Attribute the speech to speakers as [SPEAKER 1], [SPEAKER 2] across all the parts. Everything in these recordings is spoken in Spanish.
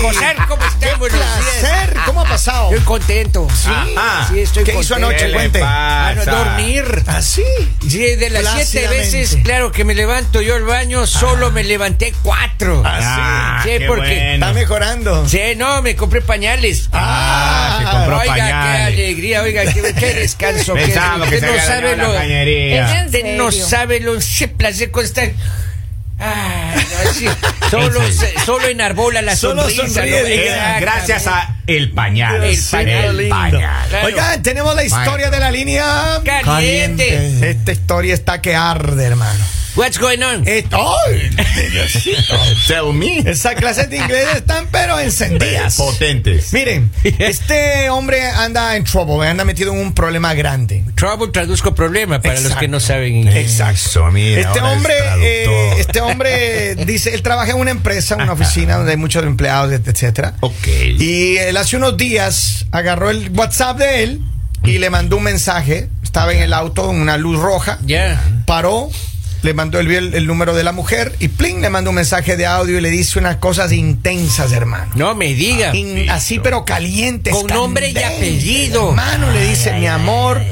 [SPEAKER 1] José, ¿cómo
[SPEAKER 2] Ah, ¡Qué
[SPEAKER 1] estás? Buenos días. Ah,
[SPEAKER 2] placer! ¿Cómo ha pasado?
[SPEAKER 1] Estoy contento. Sí,
[SPEAKER 2] Ajá.
[SPEAKER 1] sí, estoy
[SPEAKER 2] ¿Qué
[SPEAKER 1] contento.
[SPEAKER 2] hizo anoche?
[SPEAKER 3] le
[SPEAKER 2] Cuente.
[SPEAKER 3] pasa?
[SPEAKER 1] Ah, no, dormir.
[SPEAKER 2] ¿Así?
[SPEAKER 1] Sí, de las siete
[SPEAKER 2] Plácidamente. Ah.
[SPEAKER 1] veces, claro que me levanto yo al baño, solo me levanté cuatro.
[SPEAKER 3] Ah,
[SPEAKER 1] Sí,
[SPEAKER 3] qué
[SPEAKER 1] porque-
[SPEAKER 3] bueno.
[SPEAKER 2] Está mejorando.
[SPEAKER 1] Sí, no, me compré pañales.
[SPEAKER 3] Ah, se compró
[SPEAKER 1] oiga, qué
[SPEAKER 3] pañales.
[SPEAKER 1] alegría, oiga, qué, qué descanso. qué-
[SPEAKER 3] Pensamos que
[SPEAKER 1] usted
[SPEAKER 3] se
[SPEAKER 1] no
[SPEAKER 3] había
[SPEAKER 1] sabe
[SPEAKER 3] ganado
[SPEAKER 1] lo,
[SPEAKER 3] la cañería.
[SPEAKER 4] Es en
[SPEAKER 1] usted no
[SPEAKER 4] serio.
[SPEAKER 1] sabe lo, se placer con estar. Ay, no, sí, solo,
[SPEAKER 3] En serio.
[SPEAKER 1] se- solo enarbola la
[SPEAKER 2] Solo
[SPEAKER 1] sonrisa.
[SPEAKER 2] sonríe,
[SPEAKER 1] ¿no?
[SPEAKER 2] diga,
[SPEAKER 1] Exactamente.
[SPEAKER 3] Gracias a el pañal.
[SPEAKER 1] El pañal
[SPEAKER 3] El
[SPEAKER 1] lindo.
[SPEAKER 3] pañal.
[SPEAKER 1] Claro.
[SPEAKER 2] Oigan, tenemos la historia
[SPEAKER 3] Maestro.
[SPEAKER 2] de la línea
[SPEAKER 1] Caliente.
[SPEAKER 2] Esta historia está que arde, hermano.
[SPEAKER 1] What's going on?
[SPEAKER 2] Eh, ¡ay!
[SPEAKER 3] Tell me.
[SPEAKER 2] Esa clase de inglés están pero encendidas.
[SPEAKER 3] Potentes.
[SPEAKER 2] Miren, este hombre anda en trouble, anda metido en un problema grande.
[SPEAKER 1] Trouble traduzco problema para los
[SPEAKER 2] Exacto. Eh.
[SPEAKER 1] que no saben inglés.
[SPEAKER 3] Exacto, mira,
[SPEAKER 2] Este
[SPEAKER 3] ahora es
[SPEAKER 2] hombre, eh,
[SPEAKER 3] traductor.
[SPEAKER 2] este hombre dice, él trabaja en una empresa, una oficina donde hay muchos empleados, et- etcétera.
[SPEAKER 3] Ok.
[SPEAKER 2] Y él hace unos días agarró el WhatsApp de él y le mandó un mensaje. Estaba en el auto en una luz roja.
[SPEAKER 1] Ya.
[SPEAKER 2] Paró, le mandó el, el, el número de la mujer y pling le mandó un mensaje de audio y le dice unas cosas intensas, hermano.
[SPEAKER 1] No me diga.
[SPEAKER 2] In- así pero calientes.
[SPEAKER 1] Con nombre y
[SPEAKER 2] candentes,
[SPEAKER 1] apellido.
[SPEAKER 2] Hermano, le dice, mi amor,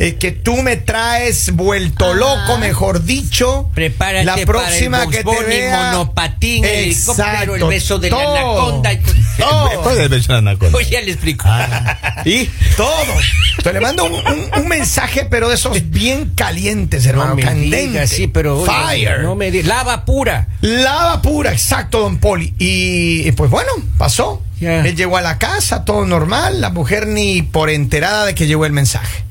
[SPEAKER 2] eh, que tú me traes vuelto loco, mejor dicho.
[SPEAKER 1] Ah. Prepárate
[SPEAKER 2] la próxima
[SPEAKER 1] para el
[SPEAKER 2] que te
[SPEAKER 1] Bugs Bunny,
[SPEAKER 2] vea.
[SPEAKER 1] monopatín, helicóptero, el
[SPEAKER 2] Exacto,
[SPEAKER 1] beso de la
[SPEAKER 2] todo.
[SPEAKER 1] anaconda.
[SPEAKER 2] Todo,
[SPEAKER 3] ¿Cuál es el beso de anaconda?
[SPEAKER 1] Oye, ya le explico.
[SPEAKER 2] Ah, y todo. Entonces le mando un, un- un mensaje, pero de esos bien calientes, hermano,
[SPEAKER 1] no me
[SPEAKER 2] candente.
[SPEAKER 1] diga, sí, pero oye,
[SPEAKER 2] Fire.
[SPEAKER 1] no me diga. Lava pura.
[SPEAKER 2] Lava pura, exacto, don Poli. Y, y, pues bueno, pasó.
[SPEAKER 1] Ya.
[SPEAKER 2] Él llegó a la casa, todo normal. La mujer ni por enterada de que llegó el mensaje.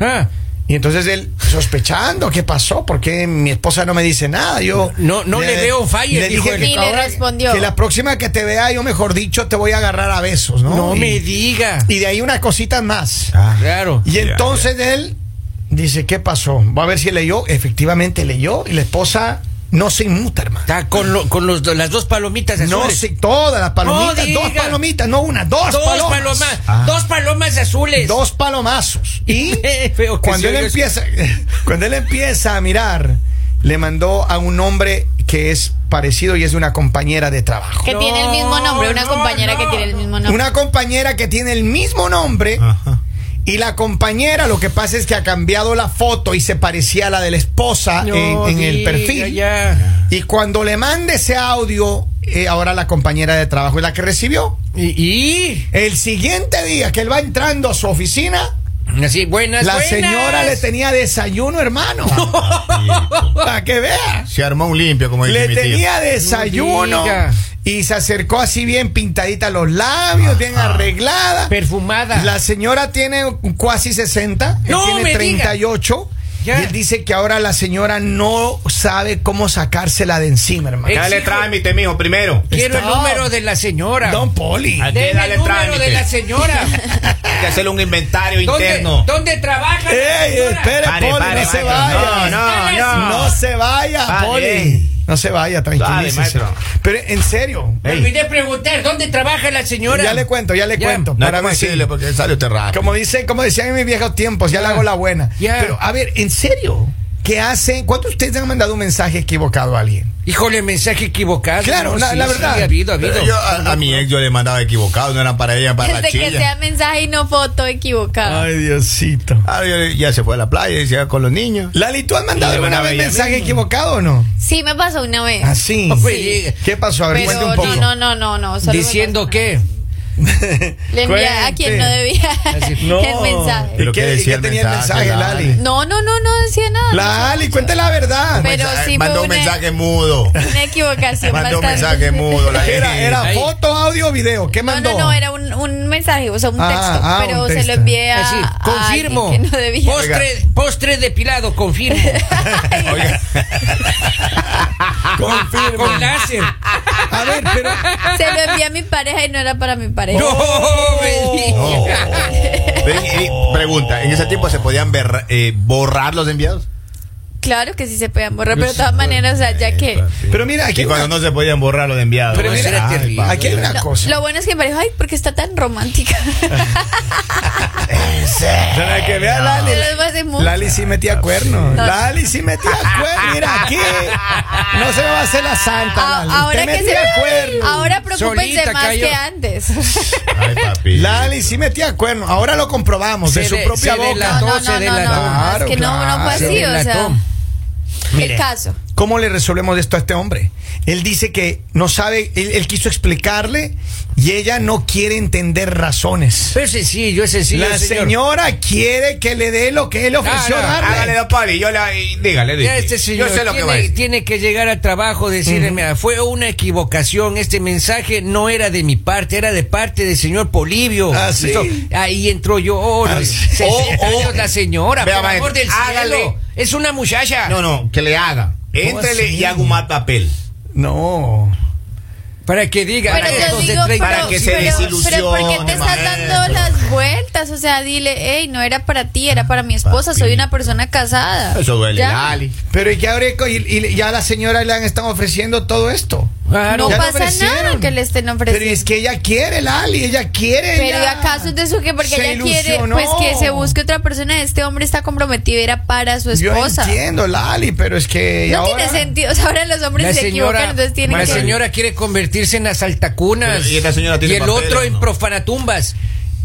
[SPEAKER 1] Ah,
[SPEAKER 2] Y entonces él, sospechando, ¿qué pasó? porque mi esposa no me dice nada? Yo
[SPEAKER 1] No, no le veo un fire,
[SPEAKER 2] Le
[SPEAKER 1] dijo
[SPEAKER 2] dije
[SPEAKER 1] él.
[SPEAKER 2] que,
[SPEAKER 4] Ni le
[SPEAKER 2] ahora-
[SPEAKER 4] respondió.
[SPEAKER 2] que la próxima que te vea, yo mejor dicho, te voy a agarrar a besos, ¿no?
[SPEAKER 1] no
[SPEAKER 2] y,
[SPEAKER 1] me diga.
[SPEAKER 2] y de ahí unas cositas más.
[SPEAKER 3] Ah.
[SPEAKER 1] Claro.
[SPEAKER 2] Y
[SPEAKER 3] Ya,
[SPEAKER 2] entonces él dice, ¿qué pasó? Va a ver si leyó. Efectivamente leyó y la esposa no se inmuta, hermano.
[SPEAKER 1] Está con, lo- con los, do- las dos palomitas
[SPEAKER 2] No,
[SPEAKER 1] azules.
[SPEAKER 2] sí, todas las palomitas,
[SPEAKER 1] diga.
[SPEAKER 2] dos palomitas, no una, dos,
[SPEAKER 1] dos
[SPEAKER 2] palomas.
[SPEAKER 1] palomas.
[SPEAKER 2] Ah.
[SPEAKER 1] Dos palomas azules.
[SPEAKER 2] Dos palomazos. Y
[SPEAKER 1] Qué feo que
[SPEAKER 2] cuando
[SPEAKER 1] se
[SPEAKER 2] él
[SPEAKER 1] oiga
[SPEAKER 2] empieza, cuando él empieza a mirar, le mandó a un hombre que es parecido y es de una compañera de trabajo.
[SPEAKER 4] Que tiene el mismo nombre, una
[SPEAKER 1] No,
[SPEAKER 4] compañera
[SPEAKER 1] no.
[SPEAKER 4] que tiene el mismo nombre.
[SPEAKER 2] Una compañera que tiene el mismo nombre.
[SPEAKER 3] Ajá.
[SPEAKER 2] Y la compañera, lo que pasa es que ha cambiado la foto y se parecía a la de la esposa
[SPEAKER 1] No
[SPEAKER 2] en, en el
[SPEAKER 1] diga,
[SPEAKER 2] perfil.
[SPEAKER 1] ya.
[SPEAKER 2] Y cuando le mande ese audio, eh, ahora la compañera de trabajo es la que recibió.
[SPEAKER 1] Y,
[SPEAKER 2] El siguiente día que él va entrando a su oficina,
[SPEAKER 1] y así, buenas,
[SPEAKER 2] La
[SPEAKER 1] buenas.
[SPEAKER 2] señora le tenía desayuno, hermano. Para que vea.
[SPEAKER 3] Se armó un limpio, como dice
[SPEAKER 2] Le
[SPEAKER 3] mi tío.
[SPEAKER 2] tenía desayuno.
[SPEAKER 1] diga.
[SPEAKER 2] Y se acercó así bien pintadita los labios, bien arreglada.
[SPEAKER 1] Perfumada.
[SPEAKER 2] La señora tiene casi 60, él
[SPEAKER 1] No me
[SPEAKER 2] tiene
[SPEAKER 1] diga.
[SPEAKER 2] 38.
[SPEAKER 1] Ya.
[SPEAKER 2] Y él dice que ahora la señora no sabe cómo sacársela de encima, hermano.
[SPEAKER 1] Eh,
[SPEAKER 3] Dale
[SPEAKER 1] Exijo-
[SPEAKER 3] trámite, mijo, primero.
[SPEAKER 1] Quiero el
[SPEAKER 2] Stop.
[SPEAKER 1] número de la señora.
[SPEAKER 2] Don Poli.
[SPEAKER 3] Al-
[SPEAKER 1] Deme
[SPEAKER 3] Dale
[SPEAKER 1] el número
[SPEAKER 3] trámite.
[SPEAKER 1] de la señora.
[SPEAKER 3] Hay que hacerle un inventario
[SPEAKER 1] ¿Dónde,
[SPEAKER 3] interno.
[SPEAKER 1] ¿Dónde trabaja? la
[SPEAKER 2] ¡Ey,
[SPEAKER 1] señora?
[SPEAKER 2] espere,
[SPEAKER 3] Pare,
[SPEAKER 2] Poli!
[SPEAKER 3] pare,
[SPEAKER 2] no, se
[SPEAKER 3] maestro.
[SPEAKER 2] vaya.
[SPEAKER 3] No, no, no.
[SPEAKER 2] No se vaya,
[SPEAKER 3] Vale.
[SPEAKER 2] Poli. No se vaya, tranquilícese.
[SPEAKER 3] maestro.
[SPEAKER 2] Pero en serio,
[SPEAKER 1] Me
[SPEAKER 3] Ey.
[SPEAKER 1] olvidé preguntar, ¿dónde trabaja la señora?
[SPEAKER 2] Ya le cuento, ya le
[SPEAKER 1] Ya.
[SPEAKER 2] cuento.
[SPEAKER 3] No hay
[SPEAKER 2] para
[SPEAKER 3] como
[SPEAKER 2] decir-
[SPEAKER 3] decirle porque este sale usted rápido.
[SPEAKER 2] como dicen, como decían en mis viejos tiempos, ya
[SPEAKER 1] Ya.
[SPEAKER 2] le hago la buena.
[SPEAKER 1] Ya.
[SPEAKER 2] Pero a ver, en serio, ¿qué hacen? ¿Cuántos de ustedes han mandado un mensaje equivocado a alguien?
[SPEAKER 1] Híjole, mensaje equivocado.
[SPEAKER 2] Claro, la- la verdad.
[SPEAKER 1] ha habido, ha habido.
[SPEAKER 3] Yo a, a mi ex yo le mandaba equivocado, no eran para ella, para la
[SPEAKER 4] Desde que
[SPEAKER 3] chilla.
[SPEAKER 4] sea mensaje y no foto equivocada.
[SPEAKER 2] Diosito.
[SPEAKER 3] Ah, yo le- ya se fue a la playa y se va con los niños.
[SPEAKER 2] Lali, ¿tú has
[SPEAKER 3] Y
[SPEAKER 2] mandado
[SPEAKER 3] le van
[SPEAKER 2] alguna
[SPEAKER 3] a
[SPEAKER 2] vez
[SPEAKER 3] bailar.
[SPEAKER 2] mensaje equivocado o no?
[SPEAKER 4] Sí, me pasó una vez.
[SPEAKER 2] Así.
[SPEAKER 1] No me diga.
[SPEAKER 2] ¿Qué pasó? Ah, A ver,
[SPEAKER 4] pero
[SPEAKER 2] cuente un poco.
[SPEAKER 4] no, no, no, no, no. solo me
[SPEAKER 1] Diciendo
[SPEAKER 4] pasó
[SPEAKER 1] que.
[SPEAKER 4] una vez. Le envié a quien no debía
[SPEAKER 2] Ah,
[SPEAKER 4] el mensaje.
[SPEAKER 2] ¿Y
[SPEAKER 3] Lo
[SPEAKER 2] qué,
[SPEAKER 3] que
[SPEAKER 2] y
[SPEAKER 3] decía
[SPEAKER 2] qué
[SPEAKER 3] el
[SPEAKER 2] tenía el
[SPEAKER 3] mensaje,
[SPEAKER 2] mensaje,
[SPEAKER 3] Lali?
[SPEAKER 2] Lali?
[SPEAKER 4] No, no, no, no decía nada.
[SPEAKER 2] Lali, cuente la verdad.
[SPEAKER 4] Pero
[SPEAKER 3] Mensaje-
[SPEAKER 4] sí fue
[SPEAKER 3] mandó un
[SPEAKER 4] una-
[SPEAKER 3] mensaje mudo.
[SPEAKER 4] Una equivocación
[SPEAKER 3] Mandó un
[SPEAKER 4] bastante-
[SPEAKER 3] mensaje mudo. La
[SPEAKER 2] Era,
[SPEAKER 3] gente.
[SPEAKER 2] era
[SPEAKER 1] Ahí.
[SPEAKER 2] foto, audio, video. ¿Qué
[SPEAKER 4] No,
[SPEAKER 2] mandó?
[SPEAKER 4] no, no, era un, un mensaje, o sea, un
[SPEAKER 2] Ah,
[SPEAKER 4] texto.
[SPEAKER 2] ah,
[SPEAKER 4] pero
[SPEAKER 2] un
[SPEAKER 4] se
[SPEAKER 2] texto.
[SPEAKER 4] lo envié a.
[SPEAKER 1] Así,
[SPEAKER 4] a
[SPEAKER 1] confirmo.
[SPEAKER 4] alguien que no debía.
[SPEAKER 1] postre, postre depilado, confirmo.
[SPEAKER 3] Oiga,
[SPEAKER 2] Confirmo.
[SPEAKER 1] Ah, Con láser.
[SPEAKER 2] A ver, pero.
[SPEAKER 4] Se lo envié a mi pareja y no era para mi pareja.
[SPEAKER 1] No, me
[SPEAKER 3] no.
[SPEAKER 1] diga.
[SPEAKER 3] Pero, y- y pregunta, ¿en ese tiempo se podían ver- eh, borrar los enviados?
[SPEAKER 4] claro que sí se podían borrar, pero de todas maneras, o sea, ya que.
[SPEAKER 2] Pero mira, aquí
[SPEAKER 3] Y
[SPEAKER 2] hay
[SPEAKER 3] cuando
[SPEAKER 2] una-
[SPEAKER 3] no se podían borrar los enviados.
[SPEAKER 1] Pero mira,
[SPEAKER 3] Ay,
[SPEAKER 1] terrible.
[SPEAKER 3] papá.
[SPEAKER 2] aquí hay una
[SPEAKER 4] Lo,
[SPEAKER 2] cosa.
[SPEAKER 4] lo bueno es que me dijo, ay, porque está tan romántica.
[SPEAKER 2] Para que vea Lali.
[SPEAKER 4] Pero es más de mucho.
[SPEAKER 2] Ah. Lali sí
[SPEAKER 1] Ah,
[SPEAKER 2] metía cuernos.
[SPEAKER 4] No.
[SPEAKER 2] Lali sí metía cuernos. Mira aquí. No se me va a hacer la santa.
[SPEAKER 4] A-
[SPEAKER 2] Lali.
[SPEAKER 4] Ah, ahora
[SPEAKER 2] Usted
[SPEAKER 4] que se
[SPEAKER 2] metía cuernos.
[SPEAKER 4] ahora preocúpense
[SPEAKER 1] Solita
[SPEAKER 4] más
[SPEAKER 1] cayó.
[SPEAKER 4] que antes.
[SPEAKER 3] Ay, papi.
[SPEAKER 2] Lali sí metía cuernos. Ahora lo comprobamos de
[SPEAKER 1] Se
[SPEAKER 2] su
[SPEAKER 1] de-
[SPEAKER 2] propia
[SPEAKER 1] se de
[SPEAKER 2] boca.
[SPEAKER 1] la-
[SPEAKER 4] no, no, no,
[SPEAKER 1] se
[SPEAKER 4] no, no,
[SPEAKER 1] delató.
[SPEAKER 4] es que no, no fue
[SPEAKER 2] Claro,
[SPEAKER 4] así,
[SPEAKER 1] claro.
[SPEAKER 4] o
[SPEAKER 1] Se
[SPEAKER 4] sea,
[SPEAKER 1] delató.
[SPEAKER 4] el
[SPEAKER 2] Mire,
[SPEAKER 4] caso.
[SPEAKER 2] ¿Cómo le resolvemos esto a este hombre? Él dice que no sabe, él, él quiso explicarle y ella no quiere entender razones.
[SPEAKER 1] Pero es sencillo, es sencillo.
[SPEAKER 2] la
[SPEAKER 1] señor. Ah,
[SPEAKER 2] señora quiere que le dé lo que él ofreció
[SPEAKER 1] no,
[SPEAKER 2] darle.
[SPEAKER 3] Hágale dos paris, yo la, y dígale,
[SPEAKER 1] Mira,
[SPEAKER 3] dígale.
[SPEAKER 1] este señor
[SPEAKER 3] Yo sé lo que
[SPEAKER 1] tiene,
[SPEAKER 3] va a decir.
[SPEAKER 1] tiene que llegar al trabajo, decirle, mira, fue una equivocación, este mensaje no era de mi parte, era de parte del señor Polivio.
[SPEAKER 2] Ah, ¿sí?
[SPEAKER 1] Listo. Ahí entró yo, oh,
[SPEAKER 2] Ah, sí.
[SPEAKER 1] 60 años la señora,
[SPEAKER 3] oh. Vea,
[SPEAKER 1] por amor
[SPEAKER 3] maestro,
[SPEAKER 1] del cielo.
[SPEAKER 3] hágale.
[SPEAKER 1] Es una muchacha.
[SPEAKER 3] No, no, que le haga. Éntrele
[SPEAKER 2] así?
[SPEAKER 3] y haga un mal papel.
[SPEAKER 2] No.
[SPEAKER 1] Para que diga,
[SPEAKER 4] Pero
[SPEAKER 1] "Ah,
[SPEAKER 4] yo
[SPEAKER 1] estos de
[SPEAKER 4] digo,
[SPEAKER 1] 30
[SPEAKER 4] pero,
[SPEAKER 3] Para que se
[SPEAKER 4] pero, pero ¿por qué te
[SPEAKER 3] desilusione,
[SPEAKER 4] estás dando
[SPEAKER 3] maestro?
[SPEAKER 4] las vueltas? O sea, dile, hey, no era para ti, era para mi esposa, soy
[SPEAKER 3] Papi.
[SPEAKER 4] una persona casada.
[SPEAKER 3] Eso duele,
[SPEAKER 4] ¿Ya?
[SPEAKER 3] Lali.
[SPEAKER 2] Pero ¿y qué habré co- y, y ya a la señora le han estado ofreciendo todo esto.
[SPEAKER 1] Claro.
[SPEAKER 4] No
[SPEAKER 2] Ya le
[SPEAKER 4] pasa nada
[SPEAKER 2] ofrecieron.
[SPEAKER 4] que le estén
[SPEAKER 2] Pero
[SPEAKER 4] ofreciendo.
[SPEAKER 2] es que ella quiere, Lali, ella quiere.
[SPEAKER 4] Pero
[SPEAKER 2] ella.
[SPEAKER 4] ¿y acaso es de eso que porque
[SPEAKER 2] Se
[SPEAKER 4] ella quiere
[SPEAKER 2] ilusionó.
[SPEAKER 4] pues que se busque otra persona, este hombre está comprometido, era para su
[SPEAKER 2] Yo
[SPEAKER 4] esposa.
[SPEAKER 2] entiendo, Lali, pero es que.
[SPEAKER 4] No
[SPEAKER 2] ahora-
[SPEAKER 4] tiene sentido, o sea, ahora los hombres
[SPEAKER 1] La
[SPEAKER 4] se equivocan,
[SPEAKER 1] señora,
[SPEAKER 4] entonces tienen
[SPEAKER 1] la
[SPEAKER 4] que
[SPEAKER 1] señora quiere convertirse en las altacunas
[SPEAKER 3] Pero, ¿y esta señora tiene
[SPEAKER 1] y el
[SPEAKER 3] papeles,
[SPEAKER 1] otro en
[SPEAKER 3] no?
[SPEAKER 1] profanatumbas.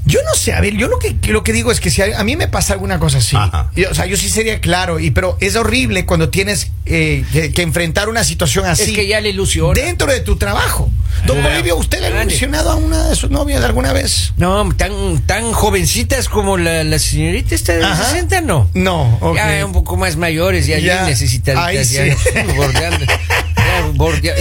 [SPEAKER 2] Yo no sé, a ver, yo lo que, lo que digo es que si a, a mí me pasa alguna cosa así,
[SPEAKER 3] Ajá.
[SPEAKER 2] y, o sea, yo sí sería claro, y pero es horrible cuando tienes eh, que, que enfrentar una situación así.
[SPEAKER 1] Es que ya le ilusiona.
[SPEAKER 2] Dentro de tu trabajo. Don
[SPEAKER 1] Claro.
[SPEAKER 2] Bolivio, ¿usted le ha
[SPEAKER 1] Dale.
[SPEAKER 2] mencionado a una de sus novias alguna vez?
[SPEAKER 1] No, tan, tan jovencitas como la, la señorita esta de los
[SPEAKER 2] Ajá.
[SPEAKER 1] 60, no.
[SPEAKER 2] No, ok.
[SPEAKER 1] Ya un poco más mayores, ya,
[SPEAKER 2] Ya.
[SPEAKER 1] ya
[SPEAKER 2] Ahí
[SPEAKER 1] necesitaditas,
[SPEAKER 2] sí.
[SPEAKER 1] ya, bordeando, ya bordea-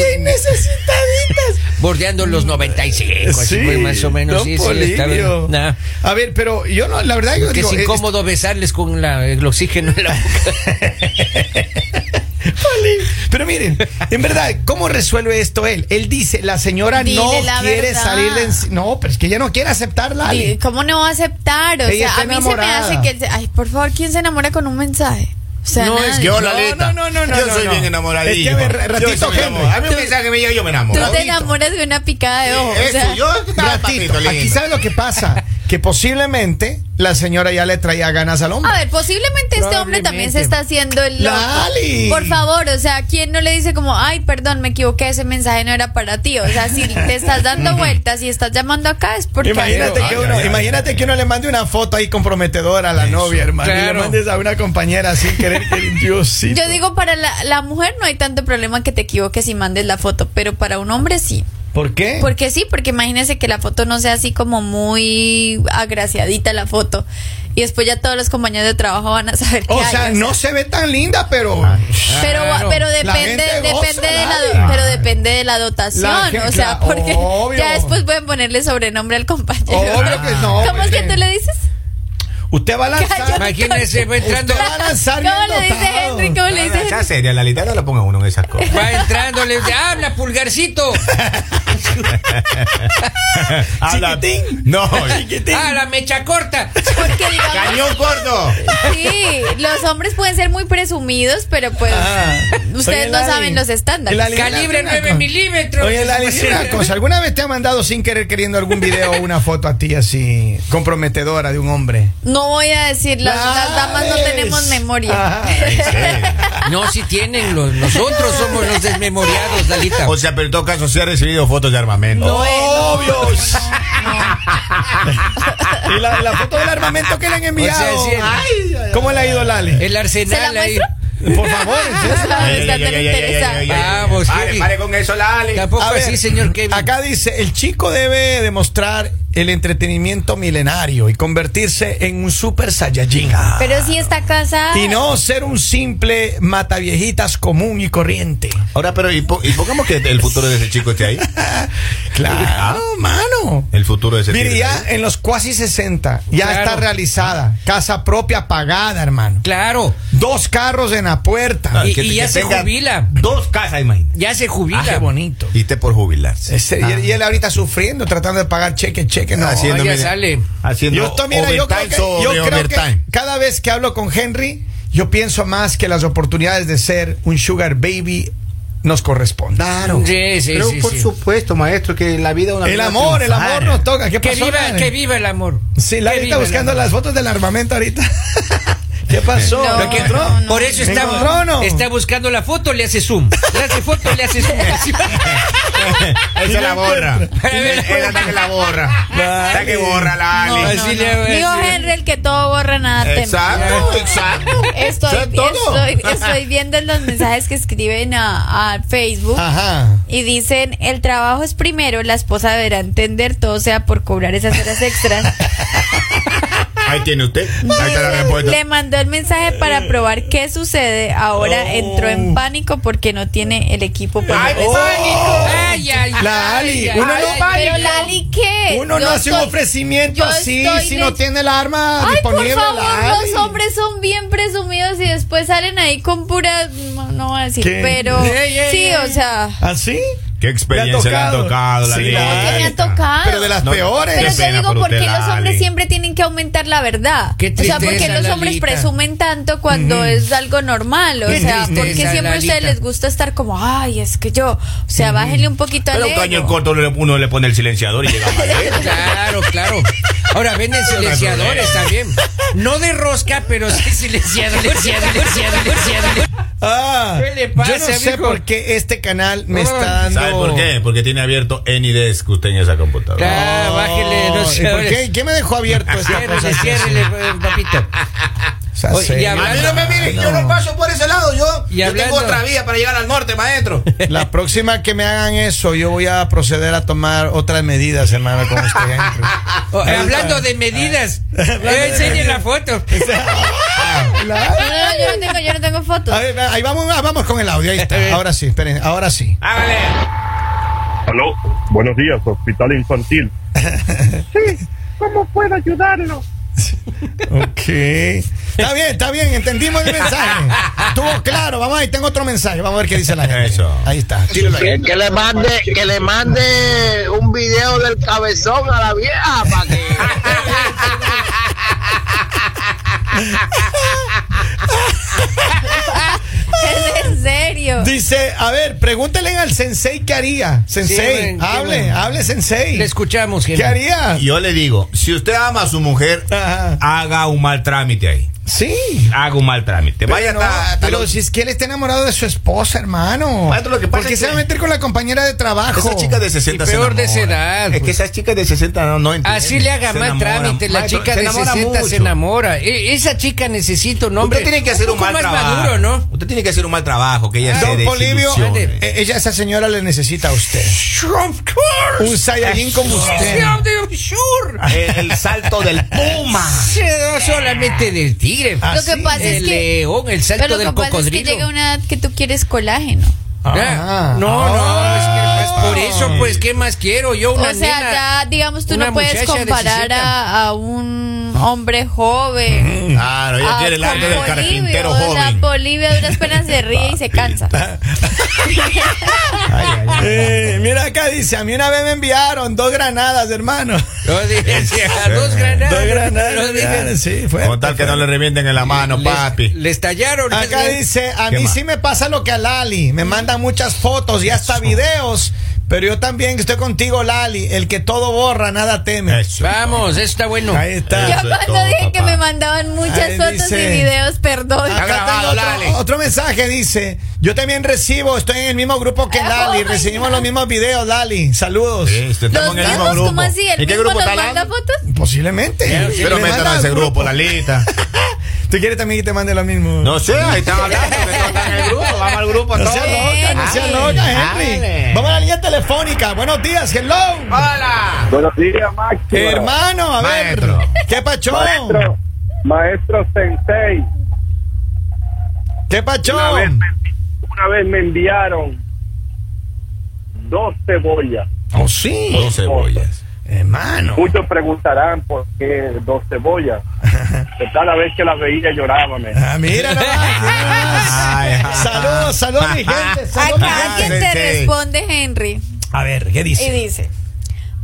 [SPEAKER 2] necesitaditas.
[SPEAKER 1] bordeando los 95, así
[SPEAKER 2] Sí,
[SPEAKER 1] fue Pues más o menos.
[SPEAKER 2] don
[SPEAKER 1] sí, sí, está bien.
[SPEAKER 2] Polibio.
[SPEAKER 1] Nah,
[SPEAKER 2] A ver, pero yo no, la verdad, yo
[SPEAKER 1] que
[SPEAKER 2] digo,
[SPEAKER 1] es
[SPEAKER 2] eh,
[SPEAKER 1] incómodo besarles con la, el oxígeno en la boca.
[SPEAKER 2] Vale. Pero miren, en verdad, ¿cómo resuelve esto él? Él dice, la señora
[SPEAKER 4] Dile
[SPEAKER 2] no
[SPEAKER 4] la
[SPEAKER 2] quiere
[SPEAKER 4] verdad.
[SPEAKER 2] salir de... enci- No, pero es que ella no quiere aceptarla.
[SPEAKER 4] Di- ¿Cómo no va a aceptar? O
[SPEAKER 2] Ella
[SPEAKER 4] sea,
[SPEAKER 2] está
[SPEAKER 4] a mí
[SPEAKER 2] enamorada.
[SPEAKER 4] se me hace que él se- ay, por favor, ¿quién se enamora con un mensaje? O sea,
[SPEAKER 1] No,
[SPEAKER 4] nadie.
[SPEAKER 1] es
[SPEAKER 3] Yo,
[SPEAKER 1] No,
[SPEAKER 2] no,
[SPEAKER 3] Lalita.
[SPEAKER 2] no, no,
[SPEAKER 3] Yo
[SPEAKER 2] no,
[SPEAKER 3] soy
[SPEAKER 2] no.
[SPEAKER 3] bien enamoradillo.
[SPEAKER 2] Es que, a ver, ratito,
[SPEAKER 3] Yo soy bien
[SPEAKER 2] Henry.
[SPEAKER 3] enamorado. A mí un mensaje me llega y yo me
[SPEAKER 4] Tú
[SPEAKER 3] enamoro.
[SPEAKER 4] te enamoras de una picada de ojo. o
[SPEAKER 3] Eso,
[SPEAKER 4] sea,
[SPEAKER 3] yo estaba
[SPEAKER 2] Ratito,
[SPEAKER 3] papito lindo.
[SPEAKER 2] aquí sabe lo que pasa, que posiblemente la señora ya le traía ganas al hombre.
[SPEAKER 4] A ver, posiblemente este hombre también
[SPEAKER 1] Probablemente.
[SPEAKER 4] se está haciendo el loco.
[SPEAKER 2] Lali.
[SPEAKER 4] Por favor, o sea, ¿quién no le dice como, ay, perdón, me equivoqué, ese mensaje no era para ti? O sea, si te estás dando vueltas y estás llamando acá es porque...
[SPEAKER 2] Imagínate,
[SPEAKER 3] Ay,
[SPEAKER 2] que,
[SPEAKER 3] ay,
[SPEAKER 2] uno,
[SPEAKER 3] ay,
[SPEAKER 2] imagínate
[SPEAKER 3] ay.
[SPEAKER 2] que uno le mande una foto ahí comprometedora a la
[SPEAKER 3] Eso,
[SPEAKER 2] novia, hermano. Y le
[SPEAKER 1] claro.
[SPEAKER 2] mandes a una compañera sin querer que Diosito.
[SPEAKER 4] Yo digo, para la, la mujer no hay tanto problema que te equivoques y mandes la foto, pero para un hombre sí.
[SPEAKER 2] ¿Por qué?
[SPEAKER 4] Porque sí, porque imagínese que la foto no sea así como muy agraciadita la foto. Y después ya todos los compañeros de trabajo van a saber qué
[SPEAKER 2] o
[SPEAKER 4] hay,
[SPEAKER 2] sea, no se ve tan linda, pero...
[SPEAKER 4] Pero,
[SPEAKER 1] Claro.
[SPEAKER 4] pero
[SPEAKER 2] La
[SPEAKER 4] depende,
[SPEAKER 2] gente goza,
[SPEAKER 4] depende de la, do-
[SPEAKER 2] dale.
[SPEAKER 4] pero depende de la dotación,
[SPEAKER 2] La gente-
[SPEAKER 4] o sea,
[SPEAKER 2] cla-
[SPEAKER 4] porque
[SPEAKER 2] obvio.
[SPEAKER 4] ya después pueden ponerle sobrenombre al compañero.
[SPEAKER 2] Obvio que no.
[SPEAKER 4] ¿Cómo es que tú le dices?
[SPEAKER 2] Usted va a lanzar...
[SPEAKER 4] Cállate.
[SPEAKER 1] Imagínese, va entrando,
[SPEAKER 2] Usted va a lanzar
[SPEAKER 4] ¿Cómo
[SPEAKER 2] bien
[SPEAKER 4] le dice
[SPEAKER 2] dotado.
[SPEAKER 4] Henry? ¿Cómo le dice
[SPEAKER 3] Ah, Ya seria, Lalita, no lo ponga uno en esas cosas.
[SPEAKER 1] va entrando, le dice, habla pulgarcito,
[SPEAKER 2] Chiquitín.
[SPEAKER 3] No,
[SPEAKER 1] habla Ah, mecha corta.
[SPEAKER 4] Porque digamos,
[SPEAKER 3] cañón corto.
[SPEAKER 4] sí, los hombres pueden ser muy presumidos, pero pues ustedes no saben los estándares.
[SPEAKER 2] El Ali-
[SPEAKER 1] Calibre
[SPEAKER 2] Lali,
[SPEAKER 1] 9
[SPEAKER 2] una-
[SPEAKER 1] milímetros.
[SPEAKER 2] Oye, Lali, dime una cosa, ¿alguna vez te ha mandado sin querer queriendo algún video o una foto a ti así comprometedora de un hombre?
[SPEAKER 4] No voy a decir, las, las damas no
[SPEAKER 2] Dale.
[SPEAKER 4] tenemos memoria.
[SPEAKER 2] Ajá.
[SPEAKER 3] En serio.
[SPEAKER 1] No, si tienen, los, nosotros somos los desmemoriados, Dalita.
[SPEAKER 3] O sea, pero en todo caso sí ha recibido fotos de armamento.
[SPEAKER 2] ¡Obvio! y la, la foto del armamento que le han enviado.
[SPEAKER 1] O sea, sí, el-
[SPEAKER 2] Ay, ¿Cómo le ha ido, Lali?
[SPEAKER 1] El
[SPEAKER 4] ¿Se la
[SPEAKER 1] arsenal ahí.
[SPEAKER 4] muestro?
[SPEAKER 2] Por favor, entonces,
[SPEAKER 4] Ah, está tan interesado.
[SPEAKER 1] Vamos,
[SPEAKER 3] Pare,
[SPEAKER 1] Henry.
[SPEAKER 3] pare con eso, Lali.
[SPEAKER 1] Tampoco
[SPEAKER 2] A ver,
[SPEAKER 1] así, señor Kevin.
[SPEAKER 2] Acá dice, el chico debe demostrar el entretenimiento milenario y convertirse en un super saiyajin.
[SPEAKER 4] Pero si está casada.
[SPEAKER 2] Y no ser un simple mataviejitas común y corriente.
[SPEAKER 3] Ahora, pero y, po- y pongamos que el futuro de ese chico esté ahí. Ah.
[SPEAKER 2] Claro, mano.
[SPEAKER 3] El futuro de ese
[SPEAKER 2] Mire,
[SPEAKER 3] tigre.
[SPEAKER 2] ya en los cuasi 60, ya
[SPEAKER 1] Claro.
[SPEAKER 2] está realizada. Casa propia pagada, hermano.
[SPEAKER 1] Claro.
[SPEAKER 2] Dos carros en la puerta.
[SPEAKER 3] Ah,
[SPEAKER 1] y- y ya se
[SPEAKER 3] tenga
[SPEAKER 1] jubila.
[SPEAKER 3] Dos casas, imagínate.
[SPEAKER 1] Ya se jubila.
[SPEAKER 2] Ah, qué bonito.
[SPEAKER 3] Y esté por jubilarse.
[SPEAKER 2] Ese- y, él- y él ahorita sufriendo, tratando de pagar cheque, cheque. Ah.
[SPEAKER 3] Ah,
[SPEAKER 2] No,
[SPEAKER 1] Haciendo- ya
[SPEAKER 3] mire,
[SPEAKER 1] sale.
[SPEAKER 3] Haciendo
[SPEAKER 2] Yo, estoy- mira, yo creo,
[SPEAKER 3] overtime
[SPEAKER 2] que, yo
[SPEAKER 3] sobre
[SPEAKER 2] creo que
[SPEAKER 3] overtime.
[SPEAKER 2] cada vez que hablo con Henry, Yo pienso más que las oportunidades de ser un sugar baby nos corresponden.
[SPEAKER 3] Claro.
[SPEAKER 1] Sí, sí,
[SPEAKER 3] Pero
[SPEAKER 1] sí,
[SPEAKER 3] por
[SPEAKER 1] sí.
[SPEAKER 3] supuesto, maestro, que la vida una
[SPEAKER 2] El
[SPEAKER 3] vida
[SPEAKER 2] amor, el
[SPEAKER 3] triunfal.
[SPEAKER 2] amor nos toca. ¿Qué
[SPEAKER 1] Que
[SPEAKER 2] pasó?
[SPEAKER 1] viva,
[SPEAKER 2] Lali?
[SPEAKER 1] que viva el amor.
[SPEAKER 2] Sí, Lali
[SPEAKER 1] Que
[SPEAKER 2] está
[SPEAKER 1] viva el
[SPEAKER 2] buscando
[SPEAKER 1] amor.
[SPEAKER 2] las fotos del armamento ahorita. ¿Qué pasó?
[SPEAKER 4] No,
[SPEAKER 2] ¿Lo
[SPEAKER 1] Que-
[SPEAKER 2] encontró?
[SPEAKER 4] no, no.
[SPEAKER 1] por eso
[SPEAKER 2] ¿Me
[SPEAKER 1] está,
[SPEAKER 2] encontró o no?
[SPEAKER 1] está buscando la foto, le hace zoom. Le hace foto, le hace zoom. Así va.
[SPEAKER 3] Esa la borra.
[SPEAKER 1] encuentra.
[SPEAKER 3] Él anda que la borra.
[SPEAKER 2] Dale.
[SPEAKER 3] Está que borra la
[SPEAKER 4] No,
[SPEAKER 3] Ali.
[SPEAKER 4] no,
[SPEAKER 1] Así le
[SPEAKER 4] no.
[SPEAKER 1] voy a
[SPEAKER 4] Digo
[SPEAKER 1] decir.
[SPEAKER 4] Henry, el que todo borra nada teme.
[SPEAKER 3] Exacto, exacto.
[SPEAKER 4] Estoy,
[SPEAKER 3] Eso es todo.
[SPEAKER 4] estoy, estoy viendo los mensajes que escriben a, a Facebook
[SPEAKER 3] Ah.
[SPEAKER 2] Ajá.
[SPEAKER 4] y dicen, el trabajo es primero, la esposa deberá entender, todo sea por cobrar esas horas extras.
[SPEAKER 3] Ahí tiene usted. Ahí está la respuesta.
[SPEAKER 4] Le mandó el mensaje para probar qué sucede. Ahora entró en pánico porque no tiene el equipo para
[SPEAKER 3] Oh. Ay,
[SPEAKER 4] ofrecer.
[SPEAKER 1] Ay, ay,
[SPEAKER 2] La
[SPEAKER 1] ay,
[SPEAKER 2] Ali,
[SPEAKER 1] ay,
[SPEAKER 2] uno
[SPEAKER 1] ay.
[SPEAKER 2] no
[SPEAKER 4] Ay, Pero Lali, ¿qué?
[SPEAKER 2] Uno no
[SPEAKER 4] Yo
[SPEAKER 2] hace un
[SPEAKER 4] estoy-
[SPEAKER 2] ofrecimiento
[SPEAKER 4] yo
[SPEAKER 2] así
[SPEAKER 4] estoy
[SPEAKER 2] si
[SPEAKER 4] de-
[SPEAKER 2] no tiene el arma
[SPEAKER 4] Ay, por
[SPEAKER 2] disponible.
[SPEAKER 4] favor,
[SPEAKER 2] Lali.
[SPEAKER 4] los hombres son bien presumidos y después salen ahí con pura. No, no voy a decir,
[SPEAKER 2] ¿Qué?
[SPEAKER 4] pero.
[SPEAKER 1] Ey, ey,
[SPEAKER 4] sí,
[SPEAKER 1] ey.
[SPEAKER 4] o sea.
[SPEAKER 2] ¿Así?
[SPEAKER 3] ¿Qué experiencia le han tocado, la
[SPEAKER 2] Sí,
[SPEAKER 3] Lali?
[SPEAKER 2] la-
[SPEAKER 4] ¿Qué me ha
[SPEAKER 3] Lali.
[SPEAKER 4] tocado?
[SPEAKER 2] Pero de las
[SPEAKER 3] No,
[SPEAKER 2] peores.
[SPEAKER 4] Pero
[SPEAKER 3] Qué
[SPEAKER 4] yo
[SPEAKER 3] pena
[SPEAKER 4] digo,
[SPEAKER 3] por
[SPEAKER 4] ¿por
[SPEAKER 3] usted,
[SPEAKER 4] qué los hombres
[SPEAKER 3] Lali.
[SPEAKER 4] siempre tienen que aumentar la verdad?
[SPEAKER 1] Qué
[SPEAKER 4] o sea, ¿por qué
[SPEAKER 1] tristeza,
[SPEAKER 4] los hombres
[SPEAKER 1] Lalita.
[SPEAKER 4] presumen tanto cuando es algo normal? O
[SPEAKER 1] Qué
[SPEAKER 4] sea, ¿por qué
[SPEAKER 1] tristeza,
[SPEAKER 4] siempre a ustedes
[SPEAKER 1] Lalita.
[SPEAKER 4] les gusta estar como, ay, es que yo? O sea, bájenle un poquito al
[SPEAKER 3] Pero un
[SPEAKER 4] ego.
[SPEAKER 3] caño corto uno le- uno le pone el silenciador y llega más lejos.
[SPEAKER 1] Claro, claro. Ahora venden
[SPEAKER 3] no hay
[SPEAKER 1] silenciadores
[SPEAKER 3] problema.
[SPEAKER 1] también. No de rosca, pero sí silenciadores. silenciadores, silenciadores.
[SPEAKER 2] Ah,
[SPEAKER 1] ¿Qué le pasa,
[SPEAKER 2] yo no sé
[SPEAKER 1] mijo?
[SPEAKER 2] por qué este canal me
[SPEAKER 1] Ah,
[SPEAKER 2] está dando.
[SPEAKER 3] ¿Sabe por qué? Porque tiene abierto AnyDesk usted en esa computadora.
[SPEAKER 1] Ah,
[SPEAKER 2] Oh,
[SPEAKER 1] bájele los
[SPEAKER 2] ¿y por qué? ¿Qué me dejó abierto esta cosa?
[SPEAKER 1] Ciérrele, Pues ciérrele, eh, papito.
[SPEAKER 2] O sea,
[SPEAKER 1] Oye,
[SPEAKER 2] sí.
[SPEAKER 1] y habla-
[SPEAKER 3] A mí no me miren, yo
[SPEAKER 2] No.
[SPEAKER 3] no paso por ese lado, yo,
[SPEAKER 1] Y
[SPEAKER 3] yo
[SPEAKER 1] hablando-
[SPEAKER 3] tengo otra vía para llegar al norte, maestro.
[SPEAKER 2] La próxima que me hagan eso, yo voy a proceder a tomar otras medidas, hermano, con usted. Henry.
[SPEAKER 1] Oh, eh, hablando de medidas, eh, enseñe la foto.
[SPEAKER 4] No, no, no, yo no tengo, yo no tengo fotos.
[SPEAKER 2] A ver, ahí vamos, ah, vamos con el audio. Ahí está. Ahora sí, esperen, ahora sí.
[SPEAKER 3] Hágale.
[SPEAKER 5] Aló, buenos días, Hospital Infantil. Sí, ¿cómo puedo ayudarlo?
[SPEAKER 2] Ok. Está bien, está bien, entendimos el mensaje. Estuvo claro, vamos ahí, tengo otro mensaje, vamos a ver qué dice la gente.
[SPEAKER 3] Eso.
[SPEAKER 2] Ahí está, tíralo ahí.
[SPEAKER 6] Que, que le mande, que le mande un video del cabezón a la vieja para que.
[SPEAKER 4] Es en serio.
[SPEAKER 2] Dice, a ver, pregúntele al sensei qué haría. Sensei,
[SPEAKER 1] Sí, bueno, qué
[SPEAKER 2] hable,
[SPEAKER 1] bueno.
[SPEAKER 2] hable sensei.
[SPEAKER 1] Le escuchamos,
[SPEAKER 2] ¿Qué
[SPEAKER 1] Henry.
[SPEAKER 2] haría?
[SPEAKER 3] Yo le digo, si usted ama a su mujer,
[SPEAKER 2] Ajá.
[SPEAKER 3] haga un mal trámite ahí.
[SPEAKER 2] Sí.
[SPEAKER 3] Haga un mal trámite. Vaya
[SPEAKER 2] no,
[SPEAKER 3] hasta- hasta
[SPEAKER 2] pero
[SPEAKER 3] los-
[SPEAKER 2] si es que él está enamorado de su esposa, hermano.
[SPEAKER 3] Maestro, lo que pasa
[SPEAKER 2] Porque
[SPEAKER 3] es
[SPEAKER 2] se va a
[SPEAKER 3] que-
[SPEAKER 2] meter con la compañera de trabajo.
[SPEAKER 3] Esas chicas de 60
[SPEAKER 1] Y
[SPEAKER 3] se
[SPEAKER 1] peor de esa
[SPEAKER 3] enamoran.
[SPEAKER 1] edad,
[SPEAKER 3] Es
[SPEAKER 1] pues.
[SPEAKER 3] que esas chicas de 60 no, no entienden.
[SPEAKER 1] Así le haga
[SPEAKER 3] Se
[SPEAKER 1] más
[SPEAKER 3] enamoran.
[SPEAKER 1] trámite. La
[SPEAKER 3] Maestro,
[SPEAKER 1] chica
[SPEAKER 3] se
[SPEAKER 1] de
[SPEAKER 3] enamora
[SPEAKER 1] 60 se
[SPEAKER 3] mucho.
[SPEAKER 1] enamora. E- esa chica necesita un hombre.
[SPEAKER 3] Usted tiene que hacer un,
[SPEAKER 1] poco
[SPEAKER 3] mal
[SPEAKER 1] más
[SPEAKER 3] trabajo.
[SPEAKER 1] maduro, ¿no? Ah,
[SPEAKER 3] Usted tiene que hacer un mal trabajo, que ella se
[SPEAKER 2] Don Polivio,
[SPEAKER 3] desilusione.
[SPEAKER 2] eh, ella, esa señora le necesita a usted.
[SPEAKER 1] Of course.
[SPEAKER 2] Un Saiyajin como usted.
[SPEAKER 1] sure.
[SPEAKER 3] Eh, El salto del puma.
[SPEAKER 1] Se da solamente del tigre.
[SPEAKER 2] Ah,
[SPEAKER 4] Lo que
[SPEAKER 2] sí,
[SPEAKER 4] pasa es
[SPEAKER 1] El
[SPEAKER 4] que.
[SPEAKER 1] león, el
[SPEAKER 4] Pero
[SPEAKER 1] salto
[SPEAKER 4] lo
[SPEAKER 1] del
[SPEAKER 4] que pasa es que
[SPEAKER 1] cocodrilo.
[SPEAKER 4] llega una edad que tú quieres colágeno.
[SPEAKER 1] Ah, no, no, es que más- por eso, pues, ¿qué más quiero? Yo una
[SPEAKER 4] O sea,
[SPEAKER 1] nena,
[SPEAKER 4] ya, digamos, tú
[SPEAKER 1] una
[SPEAKER 4] no puedes
[SPEAKER 1] muchacha de
[SPEAKER 4] comparar
[SPEAKER 1] 60.
[SPEAKER 4] a, a un hombre joven.
[SPEAKER 3] Claro, ella
[SPEAKER 4] Ah,
[SPEAKER 3] quiere el
[SPEAKER 4] con
[SPEAKER 3] arte del
[SPEAKER 4] Polibio,
[SPEAKER 3] carpintero
[SPEAKER 4] o sea,
[SPEAKER 3] joven.
[SPEAKER 4] Polibio a duras penas se ríe y se cansa.
[SPEAKER 2] Eh, mira acá dice, a mí una vez me enviaron dos granadas, hermano.
[SPEAKER 1] No digas, a dos granadas.
[SPEAKER 2] Dos granadas.
[SPEAKER 1] no
[SPEAKER 2] me
[SPEAKER 1] digas.
[SPEAKER 2] enviaron, sí, fue.
[SPEAKER 3] Con tal que no le revienten en la mano,
[SPEAKER 1] Les-
[SPEAKER 3] papi.
[SPEAKER 1] Les tallaron.
[SPEAKER 2] Acá
[SPEAKER 1] les-
[SPEAKER 2] dice, a
[SPEAKER 3] ¿Qué
[SPEAKER 2] mí
[SPEAKER 3] más?
[SPEAKER 2] sí me pasa lo que a Lali, me mandan muchas fotos y hasta videos, pero yo también estoy contigo Lali, el que todo borra, nada teme.
[SPEAKER 3] Eso.
[SPEAKER 1] Vamos, eso está bueno.
[SPEAKER 2] Ahí está.
[SPEAKER 4] Yo
[SPEAKER 3] Eso es
[SPEAKER 4] cuando
[SPEAKER 3] todo,
[SPEAKER 4] dije que
[SPEAKER 3] papá.
[SPEAKER 4] me mandaban muchas
[SPEAKER 2] Ahí
[SPEAKER 4] fotos
[SPEAKER 2] dice-
[SPEAKER 4] y videos, perdón.
[SPEAKER 2] Acá
[SPEAKER 3] grabado,
[SPEAKER 2] tengo
[SPEAKER 3] Lali.
[SPEAKER 2] otro, otro mensaje dice, yo también recibo, estoy en el mismo grupo que
[SPEAKER 4] Oh
[SPEAKER 2] Lali,
[SPEAKER 4] my
[SPEAKER 2] recibimos
[SPEAKER 4] God.
[SPEAKER 2] los mismos videos Lali, saludos.
[SPEAKER 3] Sí, este,
[SPEAKER 4] Los
[SPEAKER 3] estamos en el mismo
[SPEAKER 4] mismos,
[SPEAKER 3] grupo.
[SPEAKER 4] ¿cómo así? ¿El
[SPEAKER 3] ¿En qué
[SPEAKER 4] mismo
[SPEAKER 3] grupo
[SPEAKER 4] nos
[SPEAKER 3] está
[SPEAKER 4] manda
[SPEAKER 3] hablando?
[SPEAKER 4] fotos?
[SPEAKER 2] Posiblemente.
[SPEAKER 3] Pero
[SPEAKER 2] Le
[SPEAKER 3] métalo
[SPEAKER 2] mandan
[SPEAKER 3] en ese
[SPEAKER 2] al
[SPEAKER 3] grupo, la lista.
[SPEAKER 2] ¿Tú quieres también que te mande lo mismo?
[SPEAKER 3] No sé, ahí están hablando. que todos están en el grupo. Vamos al grupo
[SPEAKER 2] No
[SPEAKER 3] todos.
[SPEAKER 2] sea loca, no sea
[SPEAKER 4] Ay,
[SPEAKER 2] loca, Henry.
[SPEAKER 3] dale.
[SPEAKER 2] Vamos a la línea telefónica. Buenos días, hello.
[SPEAKER 3] ¡Hola!
[SPEAKER 5] Buenos días, Maxi.
[SPEAKER 2] Eh, Hermano, a ver.
[SPEAKER 3] Maestro.
[SPEAKER 2] ¿Qué pachón?
[SPEAKER 5] Maestro, maestro Sensei.
[SPEAKER 2] ¿Qué
[SPEAKER 5] Una vez,
[SPEAKER 2] pachón?
[SPEAKER 5] me- una vez me enviaron dos cebollas.
[SPEAKER 2] Oh, sí.
[SPEAKER 3] Dos cebollas.
[SPEAKER 2] Hermano.
[SPEAKER 5] Muchos preguntarán por qué dos cebollas. Que cada vez que las veía lloraba. me.
[SPEAKER 2] Ah, mira nomás, mira nomás.
[SPEAKER 3] Ay.
[SPEAKER 2] Saludos, saludos, mi gente. Saludos, mi
[SPEAKER 4] Acá
[SPEAKER 2] gente.
[SPEAKER 4] alguien te
[SPEAKER 3] sí, sí.
[SPEAKER 4] responde, Henry,
[SPEAKER 2] A ver, ¿qué
[SPEAKER 4] y
[SPEAKER 2] dice?
[SPEAKER 4] dice: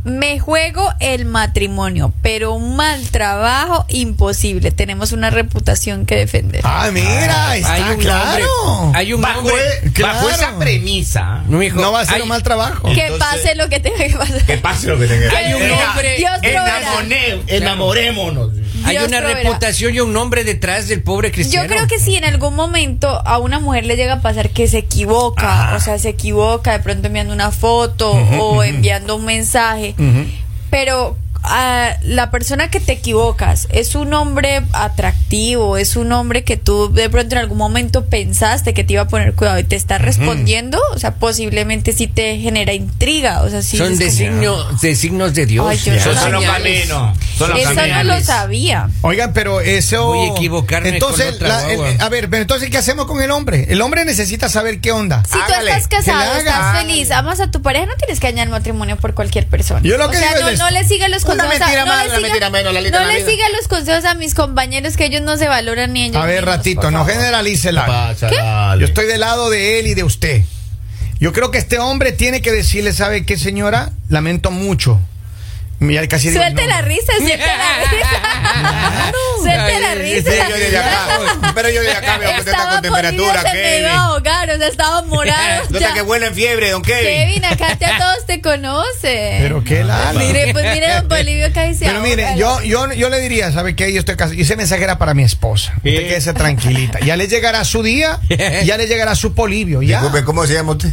[SPEAKER 4] me juego el matrimonio, pero un mal trabajo imposible. Tenemos una reputación que defender.
[SPEAKER 2] Ah, mira, está
[SPEAKER 1] hay un
[SPEAKER 2] claro.
[SPEAKER 1] hombre- hay un
[SPEAKER 3] bajo,
[SPEAKER 1] hombre-
[SPEAKER 3] e- bajo
[SPEAKER 2] claro.
[SPEAKER 3] esa premisa,
[SPEAKER 1] No, mijo,
[SPEAKER 2] No va a ser
[SPEAKER 1] hay-
[SPEAKER 2] un mal trabajo.
[SPEAKER 4] que
[SPEAKER 3] entonces-
[SPEAKER 4] pase lo que tenga que pasar.
[SPEAKER 3] que pase lo que tenga que
[SPEAKER 1] Hay un
[SPEAKER 3] Era-
[SPEAKER 1] hombre-
[SPEAKER 4] Dios proveerá.
[SPEAKER 3] enamoré- enamorémonos.
[SPEAKER 1] Hay
[SPEAKER 4] Dios
[SPEAKER 1] una
[SPEAKER 4] proveerá.
[SPEAKER 1] reputación y un nombre detrás del pobre
[SPEAKER 4] Yo
[SPEAKER 1] cristiano.
[SPEAKER 4] creo que si en algún momento a una mujer le llega a pasar que se
[SPEAKER 3] Ah.
[SPEAKER 4] equivoca, o sea, se equivoca de pronto enviando una foto o enviando un mensaje, pero ah, la persona que te equivocas es un hombre atractivo, es un hombre que tú de pronto en algún momento pensaste que te iba a poner cuidado y te está respondiendo, o sea, posiblemente sí te genera intriga, o sea, sí
[SPEAKER 1] Son
[SPEAKER 4] es
[SPEAKER 1] de,
[SPEAKER 4] como-
[SPEAKER 1] signo- de signos de
[SPEAKER 4] Ay,
[SPEAKER 1] Dios.
[SPEAKER 4] yo
[SPEAKER 3] Son
[SPEAKER 4] no
[SPEAKER 3] solo
[SPEAKER 4] sabía
[SPEAKER 3] caminos. Son los
[SPEAKER 4] Eso no lo
[SPEAKER 3] caminos.
[SPEAKER 4] sabía.
[SPEAKER 2] Oigan, pero eso.
[SPEAKER 1] Voy a equivocarme
[SPEAKER 2] Entonces,
[SPEAKER 1] con otra
[SPEAKER 2] la- el-
[SPEAKER 1] guagua.
[SPEAKER 2] a ver, pero entonces, ¿qué hacemos con el hombre? El hombre necesita saber qué onda.
[SPEAKER 4] Si
[SPEAKER 3] Hágale,
[SPEAKER 4] tú estás
[SPEAKER 2] que la
[SPEAKER 4] casado,
[SPEAKER 2] haga,
[SPEAKER 4] estás
[SPEAKER 2] hágale.
[SPEAKER 4] feliz, amas a tu pareja, no tienes que añadir matrimonio por cualquier persona.
[SPEAKER 2] Yo lo que
[SPEAKER 4] o sea,
[SPEAKER 2] digo
[SPEAKER 4] no,
[SPEAKER 2] es
[SPEAKER 4] no le siga los
[SPEAKER 3] Una
[SPEAKER 4] consejos. a-
[SPEAKER 3] mentira
[SPEAKER 4] no
[SPEAKER 3] más,
[SPEAKER 4] le
[SPEAKER 3] una
[SPEAKER 4] siga-
[SPEAKER 3] mentira menos, la linda
[SPEAKER 4] no
[SPEAKER 3] de la
[SPEAKER 4] le
[SPEAKER 3] vida.
[SPEAKER 4] siga los consejos a mis compañeros que ellos no se valoran ni ellos.
[SPEAKER 2] A ver,
[SPEAKER 4] mismos,
[SPEAKER 2] ratito,
[SPEAKER 4] por
[SPEAKER 2] no
[SPEAKER 4] favor.
[SPEAKER 2] generalicela. Yo estoy del lado de él y de usted. Yo creo que este hombre tiene que decirle, ¿sabe qué, señora? Lamento mucho. Mira, casi digo el
[SPEAKER 4] Suelte la
[SPEAKER 2] nombre.
[SPEAKER 4] risa, suelte la risa. Suelte la
[SPEAKER 1] Ay,
[SPEAKER 4] risa.
[SPEAKER 1] sí, yo desde acá,
[SPEAKER 3] pero yo desde acá "Ah, veo que usted está
[SPEAKER 4] Estaba
[SPEAKER 3] con temperatura,
[SPEAKER 4] poniéndose
[SPEAKER 3] Kevin.
[SPEAKER 4] medio ahogado, o sea, estaba morado.
[SPEAKER 3] Nota
[SPEAKER 4] ya.
[SPEAKER 3] que huele en fiebre, don Kevin.
[SPEAKER 4] Kevin, acá te a todos te conocen.
[SPEAKER 2] Pero qué lala.
[SPEAKER 4] Mire, pues mire, don Bolivio acá dice.
[SPEAKER 2] Pero mire, yo, yo, yo le diría, ¿sabe qué? Yo estoy cas- y ese mensaje era para mi esposa. Usted
[SPEAKER 3] Sí.
[SPEAKER 2] quédese tranquilita. Ya le llegará su día, ya le llegará su polivio. Ya.
[SPEAKER 3] Disculpe, ¿cómo se llama usted?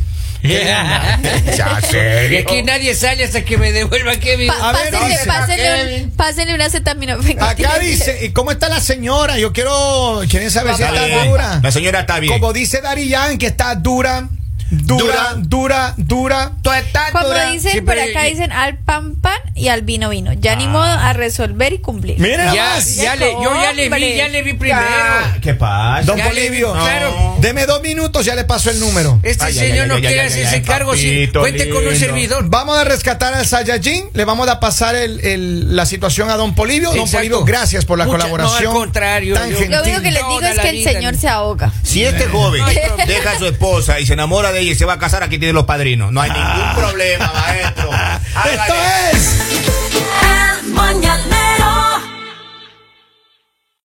[SPEAKER 3] Ya,
[SPEAKER 1] Y
[SPEAKER 3] serio.
[SPEAKER 1] aquí nadie sale hasta que me devuelva Kevin.
[SPEAKER 4] Pa-
[SPEAKER 2] A ver,
[SPEAKER 4] pásenle,
[SPEAKER 2] dice-
[SPEAKER 4] pásenle, un- pásenle una acetaminofén.
[SPEAKER 2] Acá dice, ¿y cómo está la señora? Yo quiero, quieren saber si
[SPEAKER 3] Está
[SPEAKER 2] está
[SPEAKER 3] bien.
[SPEAKER 2] dura.
[SPEAKER 3] La señora está bien.
[SPEAKER 2] Como dice Dari Yan, que está dura, dura,
[SPEAKER 3] Dura.
[SPEAKER 2] dura, dura.
[SPEAKER 3] Tú estás
[SPEAKER 4] Como
[SPEAKER 3] dura.
[SPEAKER 4] dicen
[SPEAKER 1] Sí,
[SPEAKER 4] por
[SPEAKER 1] pero
[SPEAKER 4] acá,
[SPEAKER 1] y-
[SPEAKER 4] dicen al pan pan y al vino vino. Ya ni modo a resolver y cumplir.
[SPEAKER 2] Miren
[SPEAKER 1] Ya,
[SPEAKER 2] nomás.
[SPEAKER 1] ya le, yo ya le vi, ya le vi primero.
[SPEAKER 3] Ah, ¿Qué pasa?
[SPEAKER 2] Don
[SPEAKER 1] ya le vi,
[SPEAKER 2] Polivio,
[SPEAKER 1] claro.
[SPEAKER 2] deme dos minutos, ya le paso el número.
[SPEAKER 1] Este
[SPEAKER 3] Ay, ay,
[SPEAKER 1] señor
[SPEAKER 3] ay,
[SPEAKER 1] no
[SPEAKER 3] ay,
[SPEAKER 1] quiere
[SPEAKER 3] ay,
[SPEAKER 1] hacerse
[SPEAKER 3] ay, ay,
[SPEAKER 1] cargo. sin-
[SPEAKER 3] papito
[SPEAKER 1] cuente con un
[SPEAKER 3] lindo.
[SPEAKER 1] servidor.
[SPEAKER 2] Vamos a rescatar al Saiyajin, le vamos a pasar el- el- la situación a Don Polivio. Don
[SPEAKER 1] Exacto.
[SPEAKER 2] Polivio, gracias por la
[SPEAKER 1] Mucha- no,
[SPEAKER 2] colaboración.
[SPEAKER 1] al contrario,
[SPEAKER 2] tan
[SPEAKER 1] yo-
[SPEAKER 2] gentil.
[SPEAKER 4] Lo único que les digo
[SPEAKER 1] Toda
[SPEAKER 4] es
[SPEAKER 1] la
[SPEAKER 4] que el
[SPEAKER 1] vida,
[SPEAKER 4] señor
[SPEAKER 1] ¿no?
[SPEAKER 4] se ahoga.
[SPEAKER 3] Si este joven deja a su esposa y se enamora de ella y se va a casar, aquí tiene los padrinos. No hay ningún problema, maestro.
[SPEAKER 2] Esto
[SPEAKER 3] Hágale.
[SPEAKER 2] es.
[SPEAKER 7] El mañanero.